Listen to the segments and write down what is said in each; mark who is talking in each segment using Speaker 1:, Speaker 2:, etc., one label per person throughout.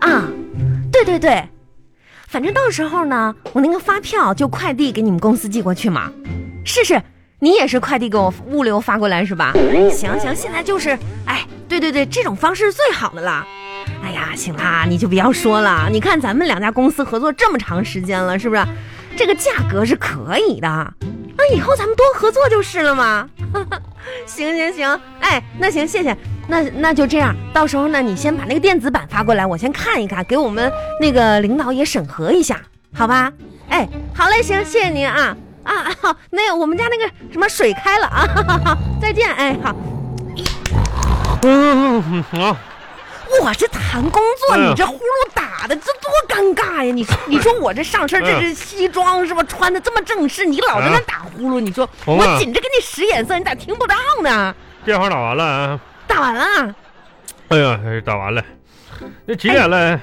Speaker 1: 啊反正到时候呢，我那个发票就快递给你们公司寄过去嘛。试试，你也是快递给我物流发过来是吧？行行，现在就是，哎，对对对，这种方式是最好的啦。哎呀，行啦，你就不要说了。你看咱们两家公司合作这么长时间了，是不是？这个价格是可以的。啊，以后咱们多合作就是了嘛。行行行，哎，那行，谢谢。那那就这样，到时候呢，你先把那个电子版发过来，我先看一看，给我们那个领导也审核一下，好吧？哎，好嘞，行，谢谢您啊啊，好，那个我们家那个什么水开了啊， 哈哈好，再见，哎，好，
Speaker 2: 嗯啊，
Speaker 1: 我这谈工作，
Speaker 2: 哎呀
Speaker 1: 你这呼噜打的，这多尴尬呀！你说，你说我这上身
Speaker 2: 哎呀
Speaker 1: 这是西装是吧？穿的这么正式，你老在那
Speaker 2: 哎
Speaker 1: 打呼噜，你说
Speaker 2: 红
Speaker 1: 我
Speaker 2: 啊
Speaker 1: 紧着给你使眼色，你咋听不到呢？
Speaker 2: 电话打完了啊，
Speaker 1: 打完了，
Speaker 2: 哎呀，打完了，那几点了？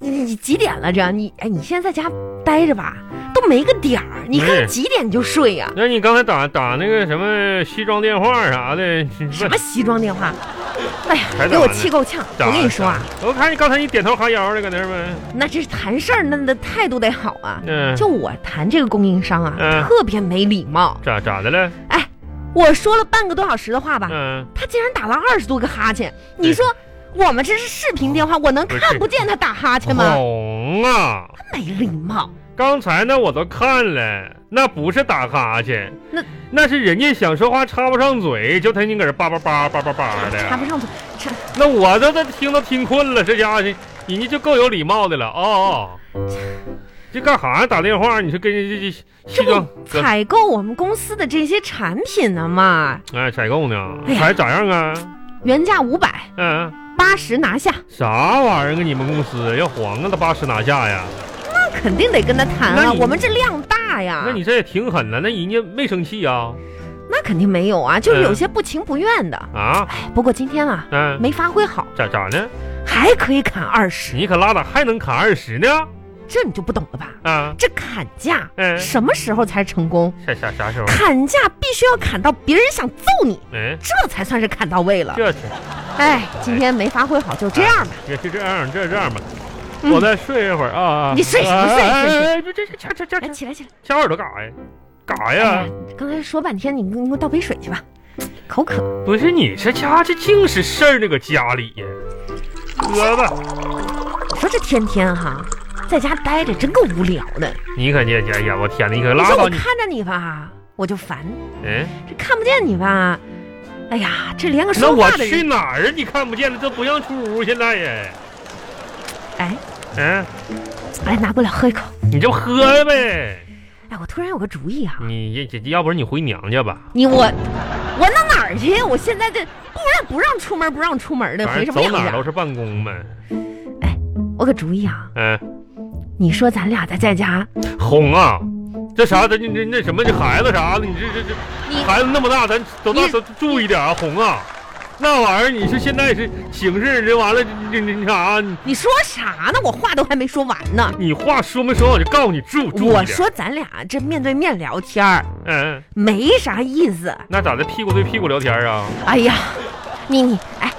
Speaker 1: 你你几点了？这你哎，你现在在家待着吧，都没个点儿，你看
Speaker 2: 哎
Speaker 1: 几点就睡呀、
Speaker 2: 那你刚才打打那个什么西装电话啥的，你
Speaker 1: 什么西装电话？ 哎呀
Speaker 2: 还，
Speaker 1: 给
Speaker 2: 打
Speaker 1: 我
Speaker 2: 完呢
Speaker 1: 气够呛！
Speaker 2: 打
Speaker 1: 我跟你说啊，，
Speaker 2: 打我看你刚才你点头哈腰的搁那儿呗，
Speaker 1: 那这是谈事儿，那那态度得好啊。
Speaker 2: 嗯，
Speaker 1: 就我谈这个供应商啊，
Speaker 2: 嗯
Speaker 1: 特别没礼貌。
Speaker 2: 咋咋的了？
Speaker 1: 哎，我说了半个多小时的话吧，
Speaker 2: 嗯，
Speaker 1: 他竟然打了二十多个哈欠。你说我们这是视频电
Speaker 2: 哦
Speaker 1: 话，我能
Speaker 2: 不是
Speaker 1: 看不见他打哈欠吗？
Speaker 2: 哦红啊！
Speaker 1: 没礼貌！
Speaker 2: 刚才呢，我都看了，那不是打哈欠，
Speaker 1: 那
Speaker 2: 那是人家想说话插不上嘴，就他你搁这叭叭叭叭叭叭
Speaker 1: 插
Speaker 2: 的，
Speaker 1: 不上嘴，插
Speaker 2: 那我这都听都听困了，这家伙人家就够有礼貌的了啊、哦！这干啥呀？打电话你是跟人家这
Speaker 1: 这
Speaker 2: 西装
Speaker 1: 不采购我们公司的这些产品呢嘛，
Speaker 2: 哎采购呢？
Speaker 1: 哎呀
Speaker 2: 还咋样啊？
Speaker 1: 原价五百，
Speaker 2: 嗯、
Speaker 1: 八十拿下，
Speaker 2: 啥玩意儿啊？你们公司要黄啊，他八十拿下呀？
Speaker 1: 那肯定得跟他谈啊
Speaker 2: 那。你
Speaker 1: 我们这量大呀
Speaker 2: 那，你这也挺狠的，那人家没生气啊？
Speaker 1: 那肯定没有啊，就是
Speaker 2: 嗯
Speaker 1: 有些不情不愿的。
Speaker 2: 啊？
Speaker 1: 哎，不过今天啊
Speaker 2: 嗯、
Speaker 1: 没发挥好，
Speaker 2: 咋咋呢？
Speaker 1: 还可以砍二十，
Speaker 2: 你可拉倒，还能砍二十呢？
Speaker 1: 这你就不懂了吧？
Speaker 2: 啊？
Speaker 1: 这砍价
Speaker 2: 嗯、
Speaker 1: 什么时候才成功？
Speaker 2: 啥啥啥时候？
Speaker 1: 砍价必须要砍到别人想揍你，
Speaker 2: 嗯，
Speaker 1: 这才算是砍到位了。
Speaker 2: 这
Speaker 1: 哎，今天没发挥好，就这样吧。
Speaker 2: 也就这样，这这样吧，
Speaker 1: 嗯
Speaker 2: 我再睡一会儿啊。
Speaker 1: 你睡什么睡
Speaker 2: 哎
Speaker 1: 睡
Speaker 2: 哎哎，不这这掐嗯掐掐
Speaker 1: 来，
Speaker 2: 掐
Speaker 1: 起来起来。
Speaker 2: 掐耳朵干啥呀？干啥
Speaker 1: 哎呀
Speaker 2: 呀？，
Speaker 1: 刚才说半天，你给我你给我倒杯水去吧，口渴。
Speaker 2: 不是你这家伙这净是事儿，那个家里呀，哥子，
Speaker 1: 你说这天天哈，在家待着真够无聊的。
Speaker 2: 你可这哎呀，我天哪，你可
Speaker 1: 你
Speaker 2: 拉
Speaker 1: 说
Speaker 2: 倒
Speaker 1: 我
Speaker 2: 你，
Speaker 1: 看着你吧，我就烦；
Speaker 2: 嗯，
Speaker 1: 这看不见你吧，哎呀，这连个
Speaker 2: 那
Speaker 1: 说
Speaker 2: 我
Speaker 1: 话的
Speaker 2: 去
Speaker 1: 人，
Speaker 2: 哪儿啊？你看不见了，这不让出屋，现在呀，
Speaker 1: 哎
Speaker 2: 嗯，
Speaker 1: 哎，拿过来喝一口。
Speaker 2: 你这不喝呗？
Speaker 1: 哎，我突然有个主意哈、
Speaker 2: 你也也要不然你回娘家吧，
Speaker 1: 你我我那哪儿去？我现在这不让不让出门，不让出门的，
Speaker 2: 反
Speaker 1: 呃回
Speaker 2: 正
Speaker 1: 什么
Speaker 2: 走哪
Speaker 1: 娘
Speaker 2: 儿
Speaker 1: 家
Speaker 2: 都？是办公呗，
Speaker 1: 我可主意啊，
Speaker 2: 嗯。
Speaker 1: 你说咱俩在在家，
Speaker 2: 红啊，这啥？咱这这那什么？这孩子啥的？你这这这
Speaker 1: 你
Speaker 2: 孩子那么大，咱都
Speaker 1: 你
Speaker 2: 大都注意点啊，红啊！那玩意儿，你说现在是形势，这完了，这这这啥？你
Speaker 1: 你说啥呢？我话都还没说完呢。
Speaker 2: 你话说没说？我就告诉你，注注意点。
Speaker 1: 我，说咱俩这面对面聊天儿
Speaker 2: 嗯，
Speaker 1: 没啥意思。
Speaker 2: 那咋的？屁股对屁股聊天啊？
Speaker 1: 哎呀，你你哎，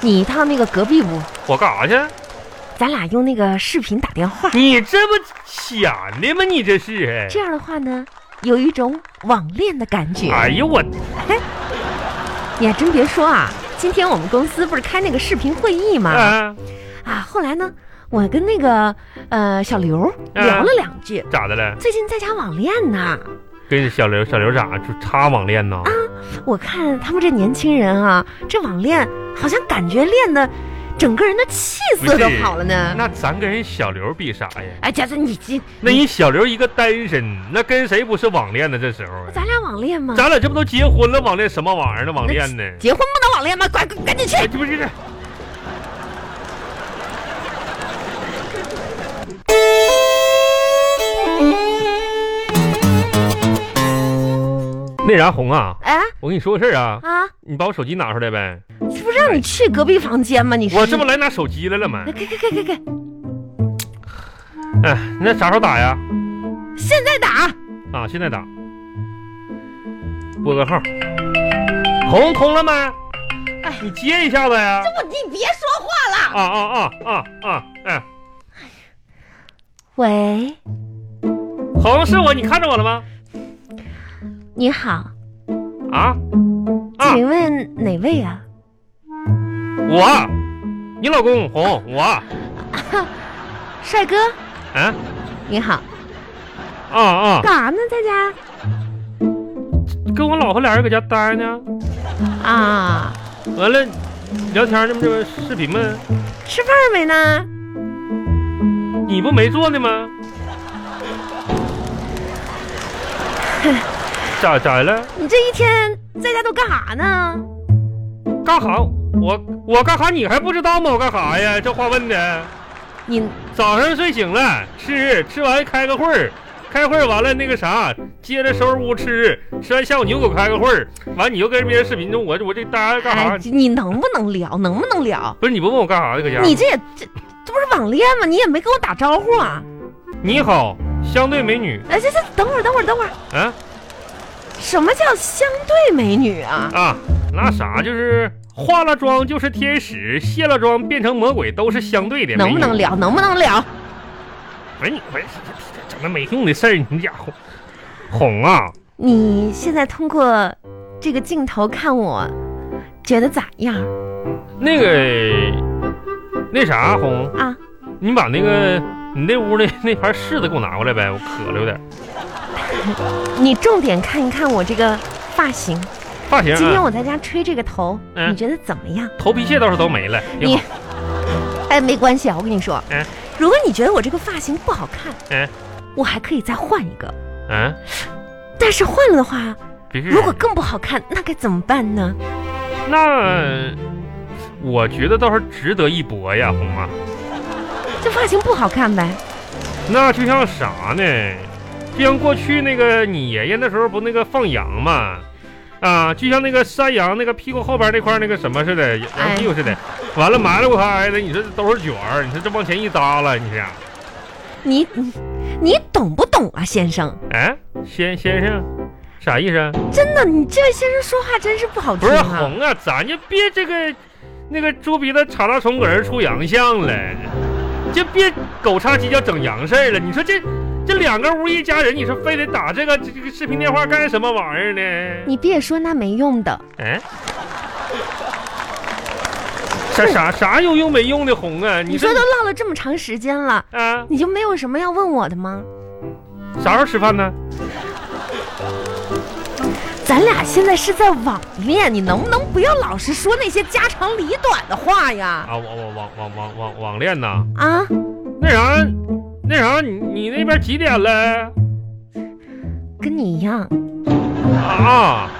Speaker 1: 你到那个隔壁屋，
Speaker 2: 我干啥去？
Speaker 1: 咱俩用那个视频打电话。
Speaker 2: 你这不显的吗？你这是？哎
Speaker 1: 这样的话呢，有一种网恋的感觉。
Speaker 2: 哎呀，我
Speaker 1: 你还真别说啊，今天我们公司不是开那个视频会议吗？
Speaker 2: 啊，
Speaker 1: 啊，后来呢，我跟那个呃小刘
Speaker 2: 嗯
Speaker 1: 聊了两句，
Speaker 2: 咋的了？
Speaker 1: 最近在家网恋呢。
Speaker 2: 跟小刘小刘咋就插网恋呢？
Speaker 1: 啊我看他们这年轻人啊，这网恋好像感觉练的，整个人的气色都好了呢。
Speaker 2: 那咱跟人小刘比啥呀？
Speaker 1: 哎，佳子，你这
Speaker 2: 那人小刘一个单身，那跟谁不是网恋呢？这时候啊，
Speaker 1: 咱俩网恋吗？
Speaker 2: 咱俩这不都结婚了，网恋什么玩意儿呢？网恋呢？
Speaker 1: 结婚不能网恋吗？快赶赶紧去！
Speaker 2: 哎，这不是这那啥红啊，
Speaker 1: 哎
Speaker 2: 我跟你说个事儿啊，
Speaker 1: 啊，
Speaker 2: 你把我手机拿出来呗。
Speaker 1: 这不让你去隔壁房间吗？你
Speaker 2: 我这不来拿手机来了吗
Speaker 1: 来，？给给给给给，
Speaker 2: 哎，那啥时候打呀？
Speaker 1: 现在打！
Speaker 2: 啊，现在打。拨个号。红通了没？
Speaker 1: 哎
Speaker 2: 你接一下子呀。啊
Speaker 1: 我你别说话了，
Speaker 2: 啊啊啊啊啊！哎，
Speaker 1: 喂，
Speaker 2: 红是我，你看着我了吗？
Speaker 1: 你好，
Speaker 2: 啊啊，
Speaker 1: 请问哪位啊？
Speaker 2: 我，你老公红我，
Speaker 1: 帅哥，
Speaker 2: 啊
Speaker 1: 你好，
Speaker 2: 啊啊，
Speaker 1: 干啥呢？在家
Speaker 2: 跟我老婆俩人搁家待着呢，
Speaker 1: 啊？
Speaker 2: 完了聊天呢吗？这不视频吗？
Speaker 1: 吃饭没呢？
Speaker 2: 你不没做呢吗？咋咋的了？
Speaker 1: 你这一天在家都干啥呢？
Speaker 2: 干哈？我我干哈？你还不知道吗？我干哈呀？这话问的。
Speaker 1: 你
Speaker 2: 早上睡醒了吃，吃完开个会儿，开会儿完了那个啥，接着收拾屋吃，吃完下午你又给我开个会儿，完你又跟别人视频中，我我这大家干啥？
Speaker 1: 哎，你能不能聊？能不能聊？
Speaker 2: 不是你不问我干啥的搁家？
Speaker 1: 你这也这这不是网恋吗？你也没跟我打招呼啊！
Speaker 2: 你好，相对美女，
Speaker 1: 哎，这这等会儿，等会儿，等会儿，
Speaker 2: 啊
Speaker 1: 什么叫相对美女啊？
Speaker 2: 啊，那啥就是化了妆就是天使，卸了妆变成魔鬼都是相对的，
Speaker 1: 能不能
Speaker 2: 美女？
Speaker 1: 聊？能不能聊？
Speaker 2: 不是你不是这整那没用的事儿，你家伙，哄啊，
Speaker 1: 你现在通过这个镜头看我，觉得咋样
Speaker 2: 那个那啥哄。
Speaker 1: 啊？
Speaker 2: 你把那个
Speaker 1: 嗯
Speaker 2: 你那屋的那盘柿子给我拿过来呗，我渴了有点。
Speaker 1: 你重点看一看我这个发型，
Speaker 2: 发型
Speaker 1: 今天
Speaker 2: 啊，
Speaker 1: 我在家吹这个头，
Speaker 2: 嗯
Speaker 1: 你觉得怎么样？
Speaker 2: 头皮屑倒是都没了。挺
Speaker 1: 你
Speaker 2: 好，
Speaker 1: 哎，没关系啊，我跟你说
Speaker 2: 嗯，
Speaker 1: 如果你觉得我这个发型不好看，
Speaker 2: 嗯
Speaker 1: 我还可以再换一个。
Speaker 2: 嗯，
Speaker 1: 但是换了的话，
Speaker 2: 别是
Speaker 1: 如果更不好看，那该怎么办呢？
Speaker 2: 那，我觉得倒是值得一搏呀，红妈。
Speaker 1: 这发型不好看呗？
Speaker 2: 那就像啥呢？就像过去那个你爷爷那时候不那个放羊嘛，啊，就像那个山羊那个屁股后边那块那个什么似的，
Speaker 1: 哎
Speaker 2: 羊屁股似的，完了埋了过开的，你这都是卷儿，你说这往前一扎了，你这样，
Speaker 1: 你你你懂不懂啊，先生？
Speaker 2: 哎，先先生，啥意思啊？
Speaker 1: 真的，你这位先生说话真是不好
Speaker 2: 不
Speaker 1: 听
Speaker 2: 是
Speaker 1: 啊！
Speaker 2: 红啊，咱就别这个那个猪鼻子叉大虫搁人出洋相了，就别狗叉鸡叫整洋事儿了。你说这这两个屋一家人，你说非得打这个这这个视频电话干什么玩意儿呢？
Speaker 1: 你别说那没用的，
Speaker 2: 嗯、啥啥啥有用没用的红啊？
Speaker 1: 你
Speaker 2: 你
Speaker 1: 说
Speaker 2: 说
Speaker 1: 都唠了这么长时间了，
Speaker 2: 啊，
Speaker 1: 你就没有什么要问我的吗？
Speaker 2: 啥时候吃饭呢？
Speaker 1: 咱俩现在是在网恋，你能不能不要老是说那些家长里短的话呀？
Speaker 2: 啊，网网网网网网网恋呐？
Speaker 1: 啊，
Speaker 2: 那啥，那啥，你你那边几点了？
Speaker 1: 跟你一样，
Speaker 2: 啊，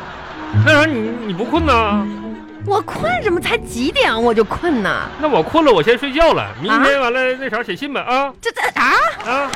Speaker 2: 那啥，你你不困呐？
Speaker 1: 我困什么？才几点我就困呢？
Speaker 2: 那我困了，我先睡觉了。明天完了那啥写信吧啊
Speaker 1: 这这啊，
Speaker 2: 啊！